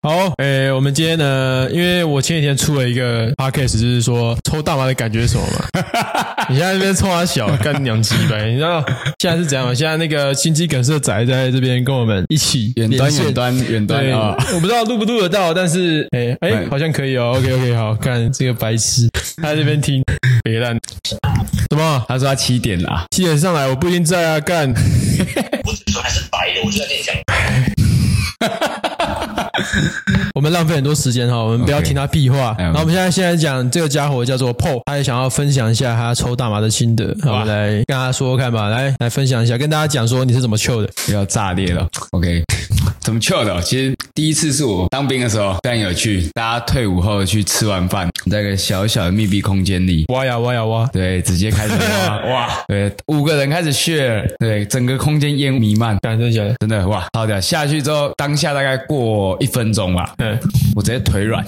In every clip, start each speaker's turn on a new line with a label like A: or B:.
A: 好，诶、我们今天呢，因为我前几天出了一个 podcast，就是说抽大麻的感觉是什么 嘛？你现在这边抽啊小，干娘鸡呗！你知道现在是怎样吗？现在那个心肌梗塞的仔在这边跟我们一起
B: 远
A: 连
B: 端
A: 线
B: 远端远端
A: 对，
B: 啊！
A: 我不知道录不录得到，但是哎哎、
B: 哎
A: 好像可以哦。OK OK，好，看这个白痴，他在这边听，别烂。什么？
B: 他说他七点啦，
A: 七点上来，我不一定在啊，干。
C: 我只说还是白的，我就在跟你讲，
A: 我们浪费很多时间哈，我们不要听他屁话。
B: 哎
A: 然后我们现在现在讲这个家伙叫做 Paul，他也想要分享一下他抽大麻的心得，好我
B: 哇
A: 们来跟他说说看吧，来来分享一下，跟大家讲说你是怎么 chill 的。
B: 要炸裂了。OK，怎么 chill 的？其实第一次是我当兵的时候，非常有趣。大家退伍后去吃完饭，在一个小小的密闭空间里，
A: 挖呀挖呀挖，
B: 对，直接开始挖 哇！对，五个人开始 share，对，整个空间烟雾弥漫，
A: 感真假的？
B: 真的哇，好的。下去之后，当下大概过一分钟吧，
A: 嗯，
B: 我直接腿软。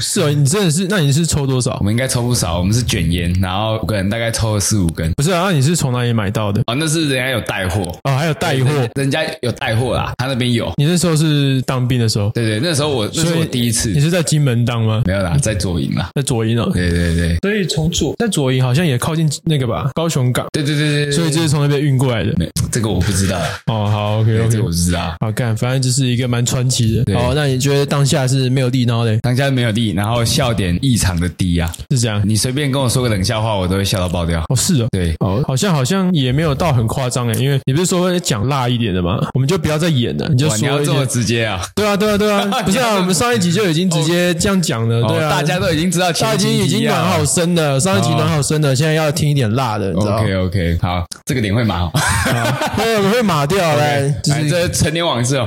A: 是哦，你真的是，那你是抽多少
B: 我？们应该抽不少，我们是卷烟，然后五个人大概抽了四五根。
A: 不是啊，那你是从哪里买到的？
B: 哦，那是人家有带货，
A: 哦，还有带货。
B: 人家有带货啦，他那边有。
A: 你那时候是当兵的时候，
B: 对对，那时候我那是
A: 所以
B: 我第一次
A: 你，是在金门当吗？
B: 没有啦，在左营啦。
A: 在左营哦。
B: 对对对
A: 所以从左在左营好像也靠近那个吧，高雄港，
B: 对对对对，
A: 所以就是从那边运过来的。
B: 没这个我不知道，
A: 哦，好，OK
B: 这
A: OK，
B: 个我不知道。
A: 好干，反正就是一个蛮传奇的。
B: 对
A: 好，那你觉得当下是没有力，然后嘞
B: 当下没有力，然后笑点异常的低啊！
A: 是这样？
B: 你随便跟我说个冷笑话，我都会笑到爆掉。
A: 哦，是哦。
B: 对，
A: 哦，好像好像也没有到很夸张诶，欸因为你不是说讲辣一点的吗？我们就不要再演了，你就
B: 哇，你
A: 说
B: 要
A: 一
B: 这么
A: 些。
B: 直接啊？
A: 对啊，对啊，对啊， 不是啊，我们上一集就已经直接这样讲了，对
B: 哦
A: 啊，
B: 大家都啊已经知道前
A: 他已经
B: 情
A: 已
B: 提
A: 经
B: 要
A: 暖
B: 了
A: 好身了，上一集暖好身了，现在要听一点辣的，你知道 吗？
B: 哦 OK OK，好，这个脸会麻哦。
A: 会我们会码掉来，就
B: 哎，
A: 是
B: 这是陈年往事哦。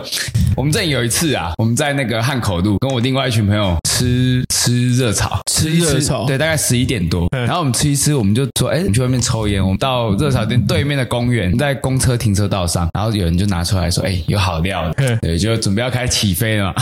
B: 我们这里有一次啊，我们在那个汉口路跟我另外一群朋友吃吃热炒，吃一
A: 热炒
B: 对，大概十一点多。
A: 嗯
B: 然后我们吃一吃，我们就说，哎，我们去外面抽烟。我们到热炒店对面的公园，在公车停车道上，然后有人就拿出来说，哎，有好料
A: 嗯
B: 的，对，就准备要开起飞了嘛。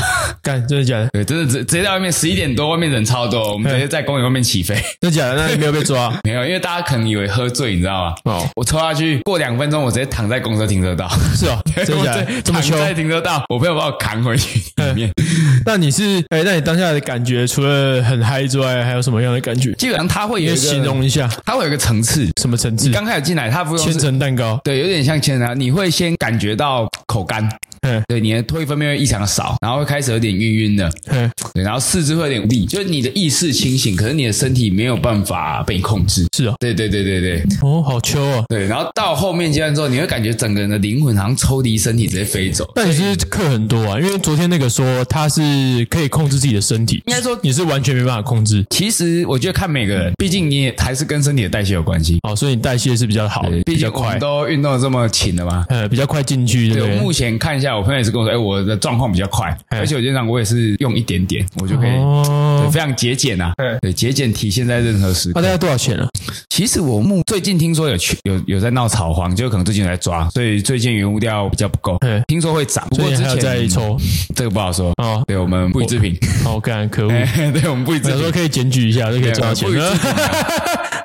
A: 干，真的假的？
B: 对，真的直直接在外面十一点多，外面人超多，
A: 嗯
B: 我们直接在公园外面起飞。
A: 真的假的？那你没有被抓？
B: 没有，因为大家可能以为喝醉，你知道吗？
A: 哦，
B: 我抽下去，过两分钟，我直接躺在公车停车道。
A: 是 哦，真的
B: 我
A: 假
B: 在
A: 的？这么凶
B: 躺？在停车道，我朋友把我扛回 去里面。
A: 那你是哎，那你当下的感觉除了很嗨之外，还有什么样的感觉？
B: 基本上它会
A: 你
B: 有
A: 先
B: 一
A: 形，
B: 个
A: 容一下
B: 它会有一个层次。
A: 什么层次
B: 你？刚开始进来，它不用
A: 千
B: 是
A: 层蛋糕，
B: 对，有点像千层，你会先感觉到口干，
A: 嗯
B: 对，你的唾液分泌会异常的少，然后会开始有点晕晕的，
A: 嗯，
B: 对，然后四肢会有点力，就是你的意识清醒，可是你的身体没有办法被控制。
A: 是哦，
B: 对对对对对
A: 哦，好秋哦。
B: 对，然后到后面阶段之后，你会感觉整个人的灵魂好像抽离身体，直接飞走。
A: 那你是不是课很多啊？因为昨天那个说他是可以控制自己的身体，
B: 应该说
A: 你是完全没办法控制，
B: 其实我觉得看每个人，毕竟你也还是跟身体的代谢有关系。
A: 哦，所以你代谢是比较好，
B: 毕
A: 比较
B: 竟我
A: 快
B: 们，都运动的这么勤了嘛，
A: 呃，比较快进去，对
B: 对，
A: 不对？
B: 我目前看一下，我朋友也是跟我说，哎、我的状况比较快，
A: 哎
B: 而且我经常我也是用一点点，我就可以。对
A: 哦，哎
B: 非常节俭啊，对节俭体现在任何时
A: 那
B: 刻。
A: 大概多少钱啊？
B: 其实我目最近听说有去有有在闹草荒，就可能最近有在抓，所以最近原物料比较不够
A: 哎，
B: 听说会涨。不
A: 所
B: 过
A: 以你
B: 之
A: 还有
B: 前
A: 在 抽
B: 这个不好说，
A: 哦，
B: 对我们不予置评。
A: 好干，可恶！
B: 哎对，我们不予置
A: 想
B: 评
A: 说。可以检举一下，就可以赚到钱
B: 不予。置评啊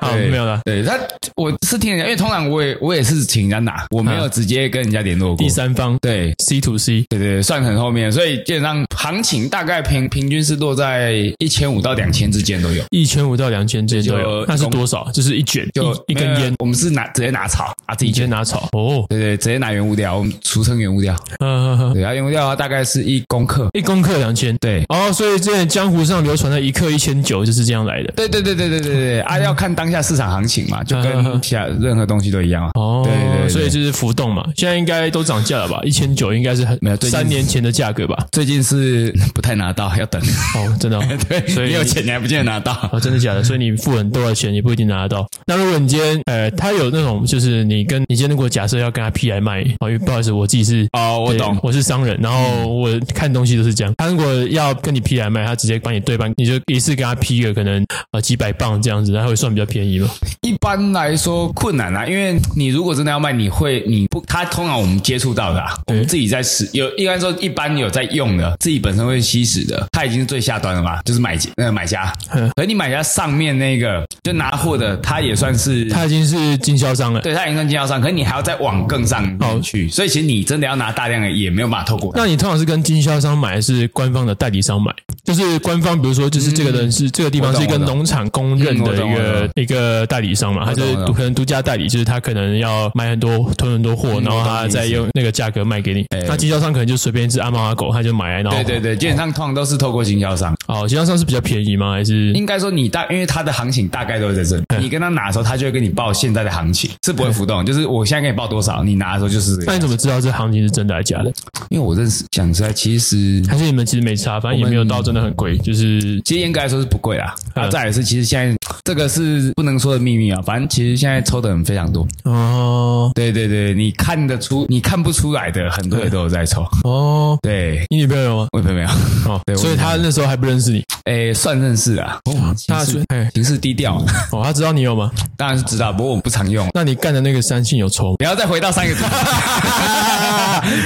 A: 好，
B: 对
A: 没有了。
B: 对他，我是听人家，因为通常我也我也是请人家拿，我没有直接跟人家联络过
A: 嗯第。三方
B: 对，
A: C to C，
B: 对对，算很后面，所以基本上行情大概平平均是落在一千五到两千之间都有。
A: 一千五到两千之间都有，
B: 就
A: 那是多少？就是一卷
B: 就
A: 一一根
B: 没
A: 烟
B: 有，我们是拿直接拿草啊，自己
A: 你先
B: 卷。
A: 拿草哦，
B: 对对，直接拿原物料，我们俗称原物料。
A: 嗯，呵呵
B: 对，啊，原物料大概是一公克。
A: 一公克两千，
B: 对，
A: 哦，所以之前江湖上流传的一克一千九就是这样来的。
B: 对对对对对对对啊，要看当下市场行情嘛，就
A: 嗯
B: 跟其他任何东西都一样啊。
A: 哦，
B: 对对对
A: 所以就是浮动嘛，现在应该都涨价了吧？一千九应该是很
B: 没有最近
A: 三年前的价格吧？
B: 最近是不太拿到，要等。
A: 哦，真的哦、
B: 对，
A: 所以
B: 你有钱你还不见得拿到。
A: 哦，真的假的？所以你付很多的钱，你不一定拿得到。那如果你今天，呃，他有那种，就是你跟你今天如果假设要跟他 P 来卖，哦，因为不好意思，我自己是
B: 哦，我
A: 对
B: 懂。
A: 我是商人，然后我看东西都是这样。他如果要跟你批来卖，他直接帮你对半，你就一次跟他批个可能呃几百磅这样子，他会算比较便便宜吗？
B: 一般来说困难啊，因为你如果真的要卖，你会你不，它通常我们接触到的、啊，我们自己在使有，应该说一般有在用的，自己本身会吸食的，它已经是最下端了嘛，就是买那个买家
A: 嗯，
B: 而你买家上面那个就拿货的，它也算 是
A: 他已经是经销商了。
B: 对，它已经算经销商，可是你还要再往更上
A: 哦嗯
B: 面去，所以其实你真的要拿大量的，也没有办法透过它。
A: 那你通常是跟经销商买，还是官方的代理商买？就是官方，比如说，就是这个人是、这个地方是一个
B: 我懂我懂
A: 农场公认
B: 嗯我
A: 的
B: 懂
A: 一
B: 我
A: 个
B: 懂
A: 一个代理商嘛，他就是
B: 我懂
A: 独可能独家代理，就是他可能要买很多囤很多货，然后他再用那个价格卖给你。那经销商可能就随便一只阿猫阿狗，他就买来，然后
B: 对对对，基本上通常都是透过经销商。
A: 哦，经销商是比较便宜吗？还是
B: 应该说你大，因为它的行情大概都会在这里。你跟他拿的时候，他就会跟你报现在的行情，是不会浮动。就是我现在给你报多少，你拿的时候就是这
A: 那
B: 个。
A: 你怎么知道这行情是真的还是假的？
B: 因为我认识讲实在，其实
A: 还是你们其实没差，反正也没有到真的很贵，就是
B: 其实严格来说是不贵啦。
A: 嗯
B: 然后再来是，其实现在这个是不能说的秘密啊。反正其实现在抽的人非常多。
A: 哦
B: 对对对，你看得出，你看不出来的，很多人都有在抽。
A: 哦，
B: 对，
A: 你女朋友吗？
B: 我有朋友，
A: 哦
B: 对，我
A: 所以他那时候还不认识你，
B: 哎，算认识啊。哦，
A: 他
B: 行事
A: 哎
B: 行事低调，
A: 哦，他知道你有吗？
B: 当然是知道，不过我不常用。
A: 那你干的那个三性有 抽吗？
B: 不要再回到三个字，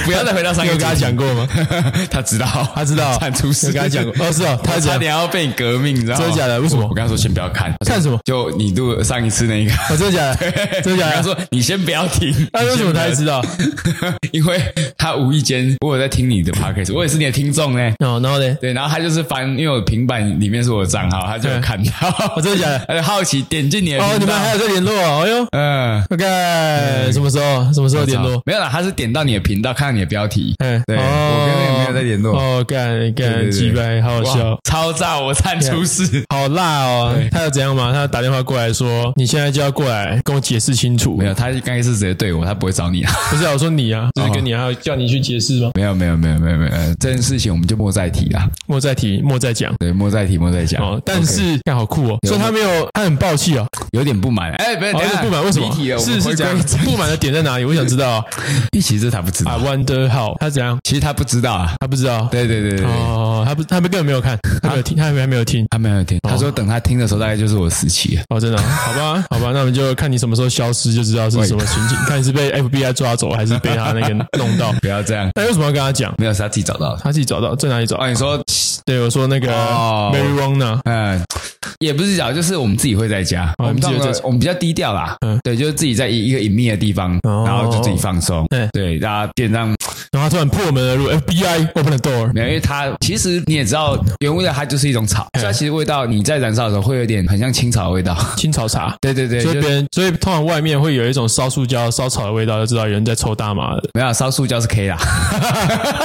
B: 不要再回到三
A: 你
B: 个
A: 有
B: 字。
A: 跟他讲过吗？
B: 他知道，
A: 他知道，
B: 看出事，
A: 有跟他讲过。 哦，是哦，他
B: 他差
A: 讲
B: 点要被你革命，你知道吗？
A: 真的假的为什么
B: 我跟他说先不要看，
A: 看什么？
B: 就你录上一次那个，
A: 哦，真的假的？ 真的
B: 我跟
A: 假
B: 他
A: 的？
B: 说你先不要听，
A: 那为什么他会知道？
B: 因为他无意间我有在听你的 podcast，我也是你的听众呢。
A: 哦，然后嘞，
B: 对，然后他就是翻，因为我平板里面是我的账号，他就有看到，
A: 哦，真的假的？
B: 他就好奇点进你的
A: 哦，你
B: 频道
A: 们还有在联络哦？哎呦
B: 嗯，
A: ，OK，什么时候？什么时候联络？
B: 没有啦，他是点到你的频道，看到你的标题，
A: 哎，
B: 对，
A: 哦
B: 我跟那个没有在联络，
A: 哦，干
B: 对
A: 干
B: 对
A: 鸡掰，好好
B: 哇
A: 笑。
B: 超炸，我看出事。
A: 好辣哦！他要怎样嘛？他要打电话过来说，你现在就要过来跟我解释清楚。
B: 没有，他应该是直接对我，他不会找你啊。
A: 不是啊，我说你啊，就是跟你还要叫你去解释吗？
B: 没有，没有，没有，没有，没有，呃这件事情我们就莫再提啦。
A: 莫再提，莫再讲
B: 对，莫再提，莫再讲。
A: 哦。但是看好酷哦，所以他没有，他很暴气哦，
B: 有点不满，哎，不是，
A: 哦
B: 等一
A: 有
B: 下
A: 点不满，为什么
B: 离题了？？
A: 是是
B: 这
A: 这样
B: 样，，
A: 不满的点在哪里？我想知 道啊。
B: 其实他不知
A: I
B: 道，
A: wonder how 他怎样？
B: 其实他不知道啊。
A: 他不知道。
B: 对对对对，啊对
A: 哦，他不，他们根本没有看，他没有听，他还没有听。
B: 他没有听，他说等他听的时候，大概就是我时期了。
A: 哦，真的哦，好吧，好吧，那我们就看你什么时候消失，就知道是什么情
B: 哎
A: 景，看你是被 FBI 抓走，还是被他那个弄 到。
B: 不要这样，
A: 那为什么要跟他讲？
B: 没有，是他自己找到的。
A: 他自己找到，在哪里找？
B: 哦，你说，
A: 对，我说那个
B: 哦
A: marijuana，
B: 嗯，也不是找，就是我们自己会在家，
A: 哦
B: 我们
A: 你们自己
B: 通
A: 会在
B: 常
A: 家
B: 我们比较低调啦
A: 嗯。
B: 对，就是自己在一一个隐秘的地方，
A: 哦
B: 然后就自己放松
A: 对。
B: 对，大家点上
A: 然后他突然破门而入，FBI open the door。
B: 没有，因为它其实你也知道，原味料它就是一种草，所以它其实味道你在燃烧的时候会有点很像青草的味道。
A: 青草茶。
B: 对对对，
A: 所以
B: 就
A: 别人，所以通常外面会有一种烧塑胶、烧草的味道，就知道有人在抽大麻了。
B: 没有烧塑 胶是啊 K 啦。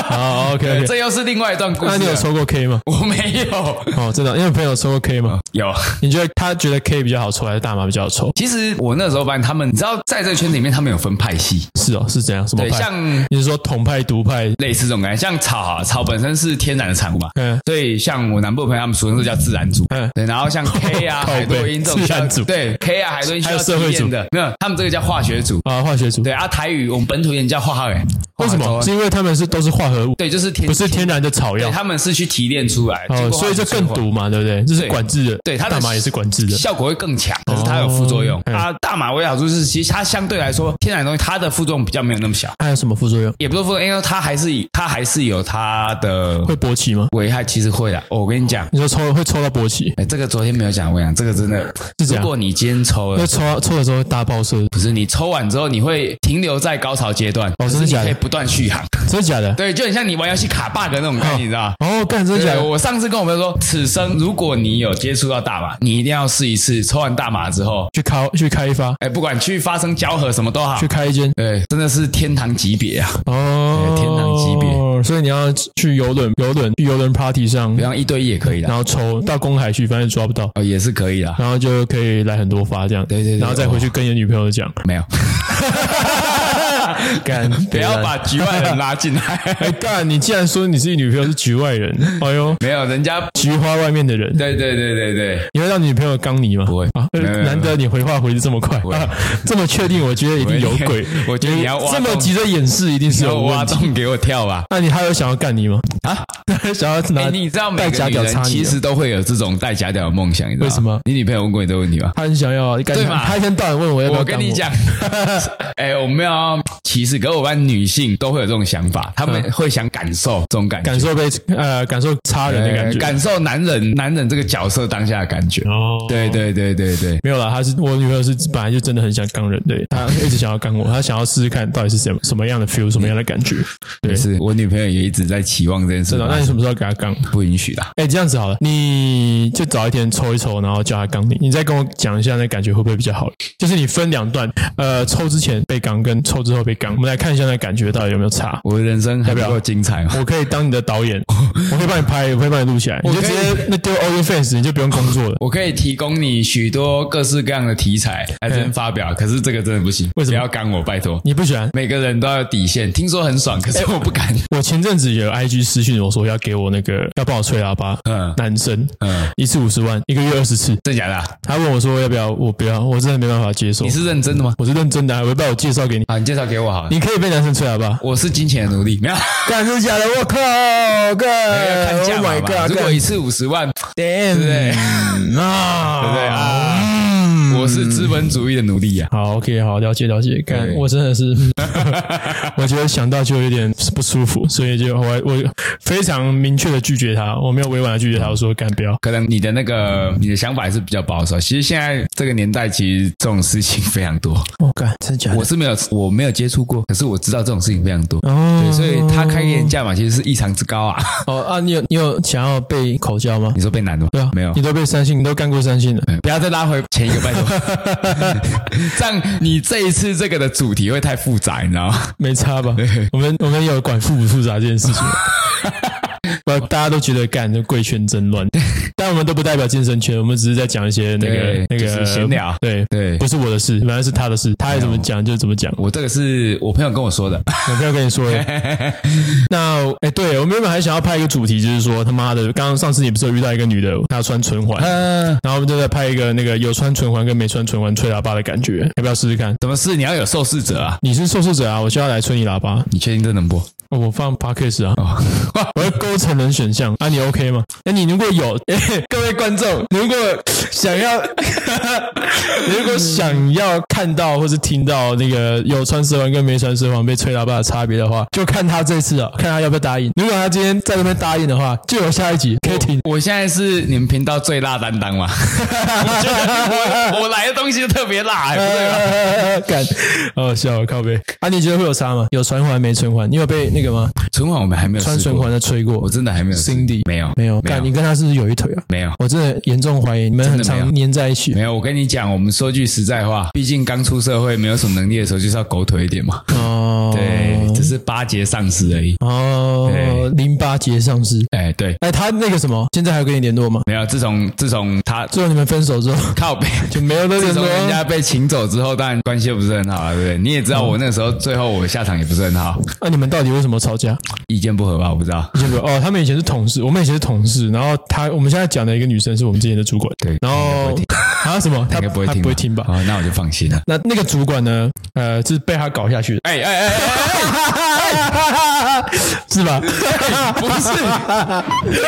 A: 好，OK OK。
B: 这又是另外一段故
A: 哦那
B: 事
A: 你有
B: 了。
A: 抽过 K 吗？
B: 我没有，
A: 哦，真的，因为朋友抽过 K 吗？
B: 有。
A: 你觉得他觉得 K 比较好抽，还是大麻比较好抽？
B: 其实我那时候发现他们，你知道，在这个圈子里面，他们有分派系，
A: 是哦，是怎样？什么
B: 对，
A: 派？
B: 像
A: 你是说统派、独派？
B: 类似这种感觉，像草啊，草本身是天然的产物嘛。
A: 嗯，
B: 所以像我南部的朋友，他们俗称是叫自然组，
A: 嗯
B: 对，然后像 K 啊、
A: 靠
B: 海
A: 背
B: 洛因这种
A: 自然
B: 需要
A: 组
B: 对 K 啊、海洛因需
A: 还有
B: 要
A: 社会
B: 体验
A: 组
B: 的，没有，他们这个叫化学组，
A: 啊，化学组？
B: 对啊，台语我们本土也叫化学，
A: 为什
B: 化学
A: 么？
B: 组啊
A: 是因为他们是都是化合物，
B: 对，就是天
A: 不是天然的草
B: 对，
A: 药
B: 他们是去提炼出来，经
A: 哦，
B: 过
A: 所以就
B: 化学
A: 更
B: 催化
A: 毒嘛，对不对？这是管制的，
B: 对它的
A: 大麻也是管制的。
B: 效果会更强，可是它有副作用。
A: 嗯
B: 啊，大麻唯好处是，其实它相对来说天然的东西，它的副作用比较没有那么小，
A: 它有什么副作用？
B: 也不是副作用，因为它还是以它还是有它的
A: 会勃起吗？
B: 危害，其实会的。我跟你讲，
A: 你说抽会抽到勃起？
B: 哎，这个昨天没有讲，我跟你讲，这个真的
A: 是怎样
B: 如果你今天抽了
A: 那。抽抽的时候会大爆射，
B: 不是你抽完之后，你会停留在高潮阶段，
A: 哦
B: 可
A: 真的
B: 是你
A: 假的
B: 可以不断续航，
A: 真的假的？
B: 对，就很像你玩游戏卡 bug 那种概念，你知道吗？
A: 哦，干，真的假
B: 对，
A: 的？
B: 我上次跟我朋友说，此生如果你有接触到大麻，你一定要试一次。抽完大麻之后，
A: 去开去开一发，
B: 哎，不管去发生交合什么都好
A: 去，开一间
B: 对，真的是天堂级别啊！
A: 哦，
B: 对天堂级别。
A: 所以你要去游轮，游轮去游轮 party 上
B: 不，要一对一也啊可以
A: 然
B: 啦，
A: 后抽到公海去，反正抓不到，
B: 哦，也是可以啦。
A: 然后就可以来很多发这样。
B: 对对对
A: 然后再回去跟你的女朋友讲，
B: 没有，
A: 干，
B: 不要把局外人拉进来。
A: 哎干，你既然说你自己女朋友是局外人，哎呦，
B: 没有，人家
A: 菊花外面的人，
B: 对对对对对，
A: 你会让女朋友刚你吗？
B: 不会
A: 啊，呃
B: 没有没有
A: 难得你回话回的这么快
B: 会
A: 啊， 这么确定，我觉得一定有鬼。
B: 我觉得你要挖洞
A: 这么急着掩饰，一定是
B: 要
A: 有
B: 挖
A: 问题。
B: 洞给我跳吧。
A: 那你还有想要干你吗？
B: 啊，
A: 想要拿
B: 哎，你知道每
A: 带
B: 个
A: 假
B: 女
A: 屌插
B: 人
A: 你哦？
B: 其实都会有这种戴假屌的梦想，你知道吗
A: 为什么
B: 你女朋友问过你这个问题吗？
A: 他很想要，你感觉
B: 对嘛
A: 他一天到晚问我要不要
B: 我
A: 干
B: 跟你讲， 哎、我没有要歧视，可是我发现女性都会有这种想法，她们会想感受这种感
A: 嗯
B: 觉，
A: 感受被呃感受差人的感
B: 呃
A: 觉。
B: 感受男人男人这个角色当下的感觉。
A: 哦
B: 对对对对对，
A: 没有啦，她是我女朋友是本来就真的很想刚人， 对她一直想要刚我，她想要试试看到底是什么什么样的 feel，什么样的感
B: 嗯
A: 觉。对，
B: 是我女朋友也一直在期望这件事
A: 真的。，那你什么时候给她刚？
B: 不允许啦。
A: 哎、这样子好了，你就找一天抽一抽，然后叫他刚你，你再跟我讲一下那感觉会不会比较好？就是你分两段，呃，抽之前被刚跟抽之后被刚，我们来看一下那感觉到底有没有差。
B: 我的人生还不够精彩哦吗？
A: 我可以当你的导 演，我会帮你拍，我会帮你录起来，你就
B: 可
A: 直
B: 以
A: 接那丢 OnlyFans，你就不用工作了。
B: 我可以提供你许多各式各样的题材来真发表，可是这个真的不行，
A: 嗯为什么
B: 不要干我，拜托。
A: 你不喜欢？
B: 每个人都要有底线，听说很爽，可
A: 哎
B: 是我 不敢。
A: 我前阵子有 IG 私讯我说要给我那个要帮我吹喇叭，
B: 嗯
A: 男生，
B: 嗯，
A: 一次五十万，一个月二十次。
B: 真假的啊？
A: 他问我说要不要，我不要，我真的没办法接受
B: 你。是认真的吗？
A: 我是认真的啊，我会把我介绍给你，
B: 好，你介绍给我好了。
A: 你可以被男生吹喇叭。
B: 我是金钱的奴隶， 没有。
A: 干是假的，我靠，
B: 要
A: 干
B: 看价
A: ，Oh
B: 码
A: my
B: 吧。
A: god，
B: 如果一次五十万，
A: damn，
B: 对不对？
A: 啊，
B: 对不对啊
A: 嗯
B: 我是资本主义的奴隶啊！
A: 好，OK，好，了解了解。干，
B: 对
A: 我真的 是，我觉得想到就有点不舒服，所以就我我非常明确的拒绝他，我没有委婉的拒绝他，我说干不要。
B: 可能你的那个你的想法还是比较保守。其实现在这个年代，其实这种事情非 常多。
A: 我哦干，真假
B: 我？是没有我没有接触过，可是我知道这种事情非常多。
A: 哦
B: 对，所以他开给你价码其实是异常之高 啊！
A: 哦啊，你有你有想要被口交吗
B: 你？说被难的吗？
A: 对啊，
B: 没有
A: 你。都被三星，你都干过三星了。
B: 嗯不要再拉回前一个拜托， 这样你这一次这个的主题会太复杂，你知道吗？
A: 没差 吧？我们我们有管复不复杂这件事情，不，大家都觉得干这贵圈真乱，但我们都不代表健身圈，我们只是在讲一些那个
B: 对
A: 那
B: 就
A: 个
B: 是闲聊
A: 对
B: 对
A: 不是我的事，本来是他的事，他爱怎么讲就怎么讲。
B: 我这个是我朋友跟我说的，
A: 我不要跟你 说了。那哎、对我们原本还想要拍一个主题，就是说他妈的，刚刚上次你不是有遇到一个女的，她穿唇 环，
B: 嗯，
A: 然后我们就在拍一个那个有穿唇环跟没穿唇环吹喇叭的感觉，要不要试试看？
B: 什么事你要有受试者啊？
A: 你是受试者啊，我就要来吹你喇叭，
B: 你确定这能播？
A: 哦我放 podcast 啊。
B: 哦，
A: 我会勾成人选项啊，你 OK 吗？那、你如果有、 哎各位观众，如果想要， 如果想要看到或是听到那个有穿丝环跟没穿丝环被吹喇叭的差别的话，就看他这次啊，看他要不要答应。如果他今天在那边答应的话，就有下一集可以听。
B: 我现在是你们频道最辣担当嘛？ 我觉得我我来的东西就特别辣、欸，不对吧？
A: 干，哦，笑靠背啊！你觉得会有差吗？有传环没穿环？你有被那个吗？
B: 存款我们还没有
A: 穿
B: 试
A: 唇
B: 过
A: 环，的吹过？
B: 我真的还没有试
A: Cindy
B: 没有
A: 没有，
B: 没
A: 干，
B: 有
A: 你跟他是不是有一腿啊？
B: 没有
A: 我真的严重怀疑你们很
B: 真的没有
A: 常黏在一起
B: 没。有。我跟你讲，我们说句实在话，毕竟刚出社会没有什么能力的时候，就是要狗腿一点嘛。
A: 哦，
B: 对，只是巴结上司而已。
A: 哦，淋巴结上司。
B: 哎，对，
A: 哎，他那个什么，现在还有跟你联络吗？
B: 没有。自从自从他
A: 最后你们分手之后
B: 靠背。
A: 就没有那个
B: 自
A: 什
B: 从人
A: 么啊
B: 家。被请走之后，当然关系又不是很好了，啊对不对？你也知道，我那时候最后我下场也不是很好，
A: 那、你们到底为什么吵架？
B: 意见不合吧？我不知道。
A: 你记不记得哦，他们以前是同事，我们以前是同事。然后他，我们现在讲的一个女生是我们之前的主管。
B: 对
A: 然后啊什么？
B: 他
A: 他
B: 应该不会
A: 他
B: 听，
A: 不会听吧？
B: 哦，那我就放心了。
A: 那那个主管呢？呃，是被他搞下 去的，
B: 哎哎哎哎，哎
A: 是吧？
B: 不是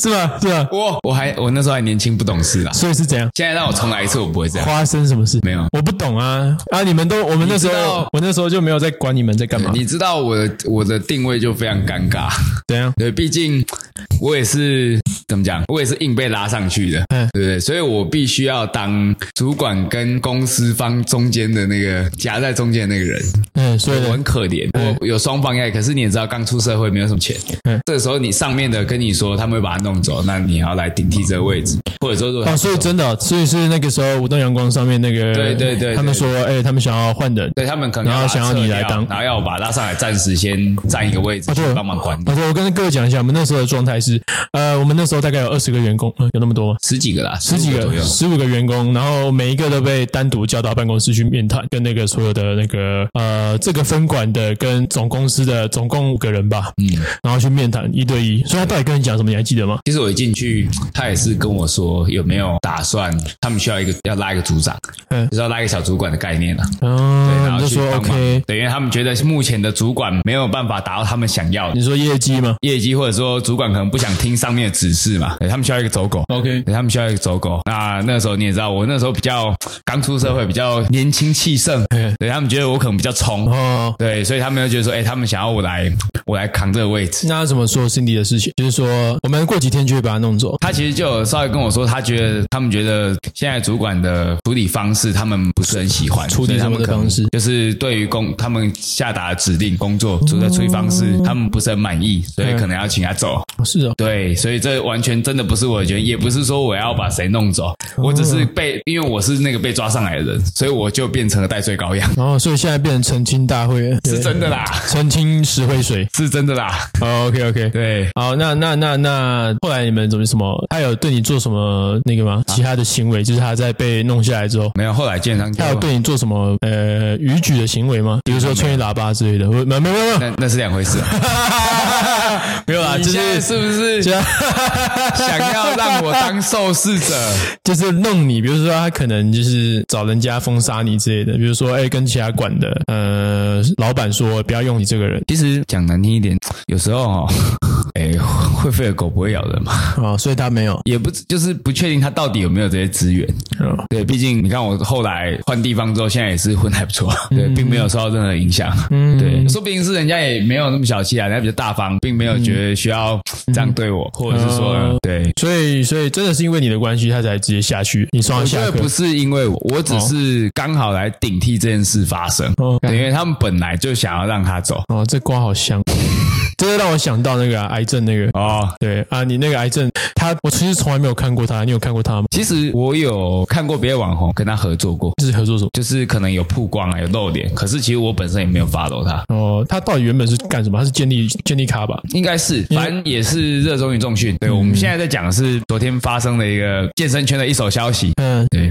A: 是吧？是吧？
B: 我， 我还我那时候还年轻不懂事啦。
A: 所以是怎样？
B: 现在让我重来一次，我不会这样。
A: 发生什么事？
B: 没有
A: 我不懂啊啊！你们都，我们那时
B: 你知
A: 候
B: 道，
A: 我那时候就没有在管你们在干嘛，
B: 你知道我的我的定位就非常尴尬，
A: 怎样？
B: 对，毕竟我也是怎么讲，我也是硬被拉上去的，
A: 嗯
B: 对不对？所以我必须要当主管跟公司方中间的那个夹在中间的那个人，
A: 嗯，所以呢
B: 我很可怜，我有双方爱，哎可是你也知道，刚出社会没有什么钱
A: 嗯，
B: 这个时候你上面的跟你说他们会把他弄走，那你要来顶替这个位置，或者说如果
A: 哦，所以真的哦、所以是那个时候《武动阳光》上面那个，
B: 对对对对
A: 他们说，哎、他们想要换人。
B: 对他们可能
A: 然后
B: 要把它
A: 想要
B: 撤
A: 你来
B: 掉
A: 当
B: 然后要我把他拉上来，暂时先占一个位置，
A: 哦，
B: 去
A: 对，
B: 帮忙管理。
A: 哦，对，我跟各位讲一下，我们那时候的状态是，呃，我们那时候大概有二十个员工，嗯，有那么多吗？
B: 十几个啦，
A: 十几
B: 15左
A: 个、
B: 右。
A: 十五个员工，然后每一个都被单独叫到办公室去面谈，跟那个所有的那个呃这个分管的跟总公司的总共五个人吧，嗯，然后去面谈一对一。所以他到底跟你讲什么，你还记得吗？
B: 其实我一进去，他也是跟我说有没有打算，他们需要一个要拉一个组长，
A: 嗯
B: 就是要拉一个小主管的概念了、对，然
A: 嗯，
B: 后
A: 你就
B: 去
A: 说
B: 帮忙
A: OK，
B: 对，因为他们觉得目前的主管没有办法达到他们想要的
A: 你说业绩吗
B: 业绩，或者说主管可能不想听上面的指示嘛，对他们需要一个走狗。
A: ？OK，
B: 对他们需要一个走狗。那那时候你也知道，我那时候比较刚出社会，比较年轻气盛，
A: 嗯
B: 对他们觉得我可能比较冲，
A: 哦，
B: 对，所以他们就觉得说，哎、他们想要我来，我来扛这个位置。
A: 那他怎么说 Cindy 的事情？就是说我们过几天就会把它弄走。
B: 他其实就有稍微跟我说，他觉得他们觉得现在主管的处理方式，他们不是很喜欢
A: 处理
B: 所以他
A: 什么
B: 们
A: 的
B: 可能
A: 方式
B: 就是对于工他们下达的指令工作主的处理方式，
A: 哦
B: 他们不是很满意，所以
A: 嗯
B: 可能要请他走。
A: 哦是哦，
B: 对，所以这完全真的不是我的决定，也不是说我要把谁弄走，我只是被，因为我是那个被抓上来的人，所以我就变成了戴罪羔羊，
A: 然后哦所以现在变成澄清大会了，
B: 是
A: 对
B: 真的啦，
A: 澄清石灰水。
B: 是真的啦，
A: OK OK，
B: 对。
A: 好，那那那那，后来你们怎么什么？他有对你做什么那个吗？其他的行为，就是他在被弄下来之后，
B: 啊没有，后来建商就
A: 他有对你做什么呃逾矩的行为吗？比如说吹喇叭之类的？我没有没有没有，
B: 那那是两回事、啊，
A: 没有啦，
B: 你
A: 就
B: 现
A: 是
B: 在是不是
A: 就
B: 想要让我当受试者？
A: 就是弄你，比如说他可能就是找人家封杀你之类的，比如说哎、跟其他馆的呃老板说不要用你这个人
B: 其实讲难听一点，有时候哦， 哎，会飞的狗不会咬人嘛，
A: 啊、所以他没有，
B: 也不就是不确定他到底有没有这些资源。
A: 嗯
B: 对，毕竟你看我后来换地方之后，现在也是混得还不错， 对，并没有受到任何影响。
A: 嗯
B: 对，说不定是人家也没有那么小气啊，人家比较大方，并没有觉得需要这样对我，或者是说、
A: 嗯
B: 对。
A: 所以所以真的是因为你的关系，他才直接下去，你送
B: 我
A: 他
B: 觉
A: 哦下
B: 得
A: 课
B: 不。是因为我，我只是刚好来顶替这件事发生，
A: 哦
B: 对，因为他们本来就想要让他走
A: 哦，这瓜好香， 这就让我想到那个啊、癌症那个。
B: 哦，
A: 对啊，你那个癌症，他我其实从来没有看过他，你有看过他吗？
B: 其实我有看过别的网红跟他合作过，
A: 这是合作什么？
B: 就是可能有曝光啊，有露脸，可是其实我本身也没有 follow 他，
A: 哦，他到底原本是干什么？他是建立建立卡吧？
B: 应该是，
A: 因为嗯
B: 反正也是热衷于重训。对，我们现在在讲的是昨天发生的一个健身圈的一手消息。
A: 嗯，
B: 对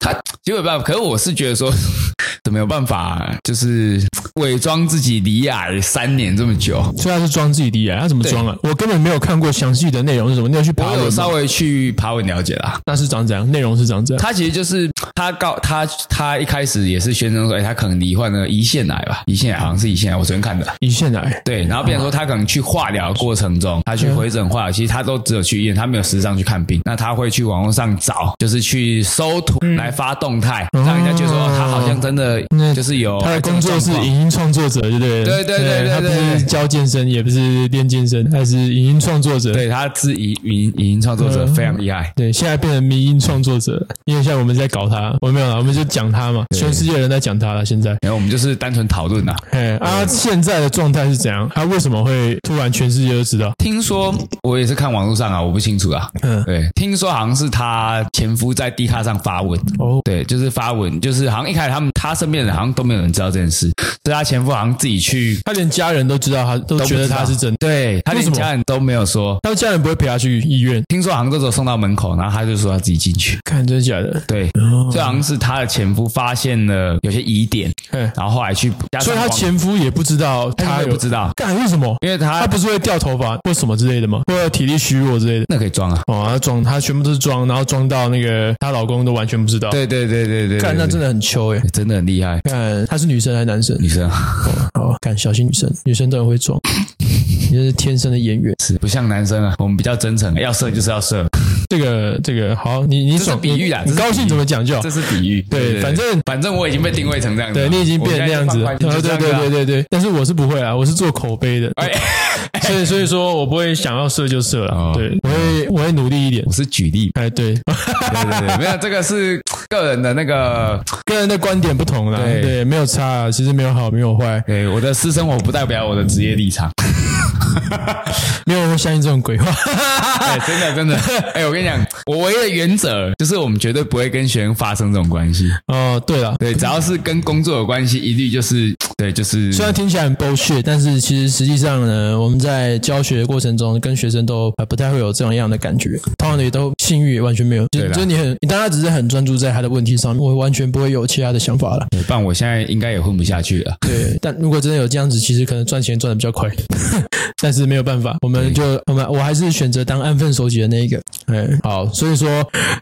B: 他，其实有办法，可是我是觉得说， 怎么有办法，就是伪装自己离癌三年这么久？
A: 所以他是装自己的癌，他怎么装啊？我根本没有看过详细的内容是什么，你有去爬
B: 我有
A: 文
B: 稍
A: 吗？
B: 微去爬文了解啦。
A: 那是长怎样？内容是长怎样？
B: 他其实就是他告他他一开始也是宣称说，哎、他可能罹患了胰腺癌吧，胰腺癌好像是胰腺癌，我昨天看的。
A: 胰腺癌。
B: 对，然后变成说他可能去化疗过程中，他去回诊化疗，其实他都只有去医院，他没有实际上去看病。那他会去网络上找，就是去搜图来发动态，让人家觉得说哦他好像真的
A: 嗯那
B: 就是有
A: 他的工作是
B: 这种状况
A: 影音创作者，对不对？
B: 对对对对
A: 他不
B: 对
A: 是教健身，也不是练健身，他是影音创作者。
B: 对，他是影影影音创作者，非常厉害。
A: 对，现在变成迷音创作者，因为现在我们在搞他，我没有啦，我们就讲他嘛，全世界的人在讲他了。现在，
B: 然后我们就是单纯讨论啊。
A: 哎，啊，现在的状态是怎样？他为什么会突然全世界都知道？
B: 听说我也是看网络上啊，我不清楚啊。
A: 嗯
B: 对，听说好像是他前夫在 D 卡上发文，
A: 哦，
B: 对，就是发文，就是好像一开始他们他身边的人好像都没有人知道这件事，所以他前夫好像自己去
A: 他连家人都知道他，都
B: 都
A: 觉得他是真的，
B: 对他
A: 为什
B: 连
A: 么
B: 家人都没 有说。
A: 他的家人不会陪他去医院。
B: 听说杭州只有送到门口，然后他就说他自己进去。
A: 看真的假的？
B: 对，
A: 哦
B: 所以好像是他的前夫发现了有些疑点，
A: 哎，
B: 然后后来去，加上
A: 所以他
B: 网
A: 前夫也不知道
B: 他
A: 他
B: 也
A: 有
B: 不知道，
A: 干为什么？
B: 因为他
A: 他不是会掉头发或什么之类的吗？或者体力虚弱之类的？
B: 那可以装啊。
A: 哦，他装，他全部都是装，然后装到那个她老公都完全不知道。，
B: 对对对对对，
A: 哦干
B: 对
A: 那真
B: 对
A: 的很糗哎。
B: 真的很厉害，
A: 看她是女生还是男生？
B: 女生啊
A: 哦，敢小心女生，女生都很会 装，你这是天生的演员。
B: 是不像男生啊，我们比较真诚，要射就是要射，
A: 这个这个好，你你
B: 这是
A: 爽
B: 比喻啦啊
A: 你
B: 这是
A: 你高
B: 比
A: 兴
B: 喻
A: 怎么讲就好
B: 这。是比喻。
A: 对反正
B: 反正我已经被定位成这样子了，
A: 对你已经
B: 嗯我
A: 变
B: 现
A: 那
B: 在
A: 样
B: 就
A: 子了，
B: 放宽
A: 对对
B: 心就这
A: 对
B: 样
A: 对
B: 子啊哎
A: 对对，但是我是不会啊，我是做口碑的， 所以所以说我不会想要射就射
B: 哦
A: 了，对我会我会努力一点
B: 我，是举例，
A: 哎对，
B: 对对对，没有这个是个人的那个，
A: 个人的观点不同啦，
B: 对
A: 对没有差啊，其实没有好没有坏，
B: 对我的私生活不代表我的职业立场。
A: 没有人会相信这种鬼话。
B: 哎，真的真的，哎，我跟你讲，我唯一的原则就是我们绝对不会跟学生发生这种关系。
A: 哦，对了，
B: 对，只要是跟工作有关系，一律就是对，就是哎
A: 虽然听起来很 bullshit，但是其实实际上呢，我们在教学的过程中跟学生都呃还不太会有这样样的感觉，通常也都性欲也完全没有，就
B: 对啦
A: 就是你很，大家只是很专注在他的问题上面，我完全不会有其他的想法了。
B: 对不然我现在应该也混不下去了。
A: 对，但如果真的有这样子，其实可能赚钱赚的比较快， 但是没有办法，我们就我们我还是选择当安分守己的那一个。哎，好，所以说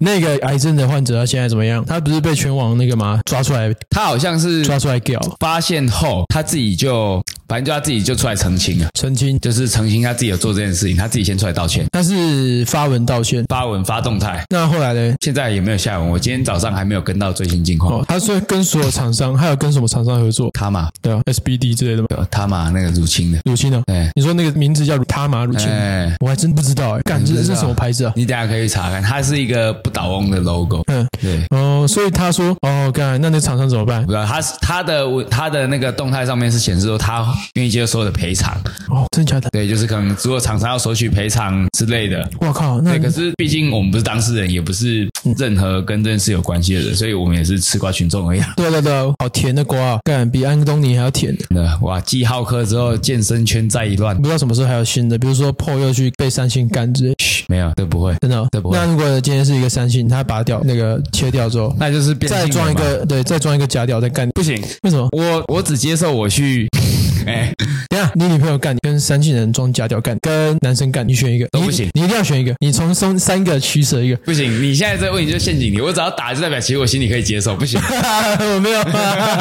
A: 那个癌症的患者他现在怎么样？他不是被全网那个吗？抓出来
B: 他好像是
A: 抓出来屌，
B: 发现后，他自己就反正就他自己就出来澄清了，
A: 澄清，
B: 就是澄清他自己有做这件事情，他自己先出来道歉，
A: 他是发文道歉。
B: 发文发动态。
A: 那后来呢？
B: 现在也没有下文，我今天早上还没有跟到最新近况。
A: 哦，他说跟所有厂商，还有跟什么厂商合作？
B: 他嘛，
A: 对啊，SBD 之类的吗？
B: 有他嘛，那个乳清的，
A: 乳清呢？
B: 哎
A: 你说那个名字叫他马乳清，
B: 哎，
A: 我还真不知道哎，干这这是什么牌子啊？
B: 你等一下可以去查看，它是一个不倒翁的 logo。
A: 嗯，
B: 对，
A: 哦，所以他说，哦，干，那那厂商怎么办
B: 不？知道他他的我他的那个动态上面是显示说他愿意接受所有的赔偿，
A: 哦，真的假的？
B: 对，就是可能如果厂商要索取赔偿之类的。
A: 我靠，那
B: 对，可是毕竟我们不是当事人，也不是任何跟这件事有关系的人，所以我们也是吃瓜群众而已啊。
A: 对对对，好甜的瓜、啊，干比安东尼还要甜。
B: 真的哇，继浩克之后，健身圈再一乱
A: 不，知道什么时候还有新的，比如说 PO 又去被三星干之类，
B: 没有，这不会，
A: 真的哦、
B: 这不会
A: 那如果今天是一个三星，他拔掉那个切掉之后，
B: 那就是变性
A: 再
B: 人
A: 装一
B: 嘛，
A: 个，对，再装一个假屌再干，
B: 不行，
A: 为什么？
B: 我我只接受我去， 哎、
A: 等一下，你女朋友干，跟三性人装假屌干，跟男生干，你选一个
B: 都不行
A: 你，你一定要选一个，你从三三个取舍 一个。
B: 不行，你现在这个问题就是陷阱题，我只要打就代表其实我心里可以接受，不行，
A: 我没有，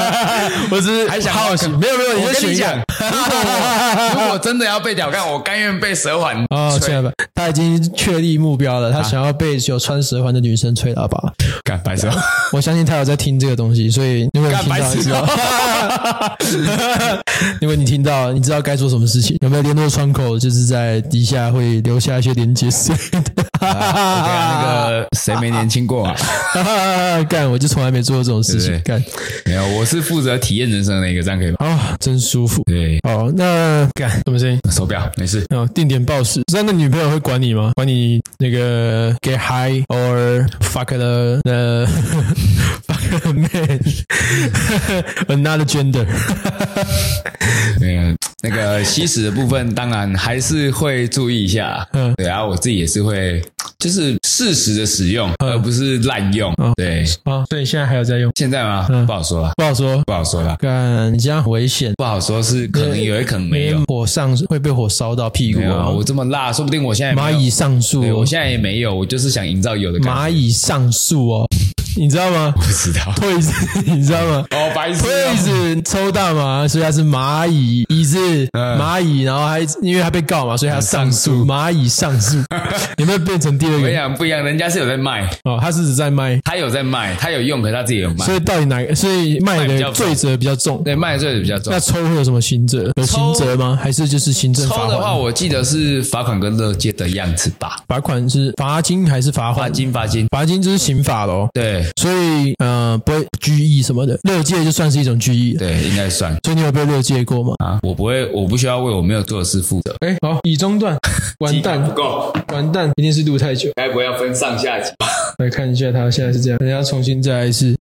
A: 我只是
B: 啊还想
A: 好奇，没有没有，就
B: 我跟
A: 选
B: 哦你
A: 一
B: 讲
A: 个。，
B: 如果我如果真的要被屌干，我甘愿被蛇环
A: 哦，
B: 吹啊
A: 亲爱的，他已经确立目标了，他想要被有穿蛇环的女生吹喇叭。
B: 干白蛇，
A: 我相信他有在听这个东西，所以如果你
B: 干
A: 听
B: 白
A: 到，
B: 啊
A: 你
B: 痴
A: 知
B: 哦
A: 道， 如果你听到，你知道该做什么事情。有没有联络窗口？就是在底下会留下一些连接之类的。
B: 啊我跟他那个谁没年轻 过啊？
A: 干，我就从来没做过这种事情
B: 对。
A: 干，
B: 没有，我是负责体验人生的一个，这样可以吗？
A: 啊，真舒服。
B: 对，
A: 哦，那干什么声音？
B: 手表没事，
A: 哦，定点报时。那那女朋友会管你吗？管你那个 get high or fuck the the fuck the man another gender？
B: 嗯，那个吸食的部分，当然还是会注意一下。
A: 嗯
B: 嗯，对，然后我自己也是会，就是适时的使用，而不是滥用。对，
A: 哦，所以现在还有在用？
B: 现在嘛，不好说啊，
A: 不好说。
B: 不好说啦，
A: 干，你这样很危险，
B: 不好说是可能有，也可能没有
A: 因为。火上会被火烧到屁股
B: 没有啊，
A: 啊！
B: 我这么辣，说不定我现在也没
A: 蚂
B: 有
A: 蚁上树
B: 对
A: 哦，
B: 我现在也没有，我就是想营造有的感觉。
A: 蚂蚁上树哦，你知道吗？
B: 不知道
A: 推子，你知道吗？
B: 哦，白痴
A: 推
B: 哦、
A: 子抽大麻，所以他是蚂蚁椅子，
B: 嗯
A: 蚂蚁，然后还因为他被告嘛，所以他上诉，蚂蚁上 诉，有没有变成第二
B: 我跟你
A: 个？
B: 讲不一样，人家是有在卖，
A: 哦，他是只在卖，
B: 他有在卖，他有用，可是他自己有卖
A: 所，以到底哪个？所以卖
B: 卖比
A: 的
B: 较重
A: 罪责比较重。
B: 对，卖的罪比较重
A: 那。抽会有什么刑责？有刑责吗？还是就是行政罚
B: 抽的话，
A: 款？
B: 我记得是罚款跟乐界的样子吧，
A: 罚款是罚金还是罚
B: 罚
A: 款？
B: 金罚金，
A: 罚金就是刑法喽。
B: 对
A: 所以呃，不会拘役什么的，乐戒就算是一种拘役。
B: 对，应该算
A: 所以你有被乐戒过吗？
B: 啊，我不会，我不需要为我没有做的事负责。
A: 哎、好，已中断，完 蛋，
B: 够，
A: 完蛋，一定是录太久。
B: 该不会要分上下级吧？
A: 来看一下，他现在是这样，等一下重新再来一次。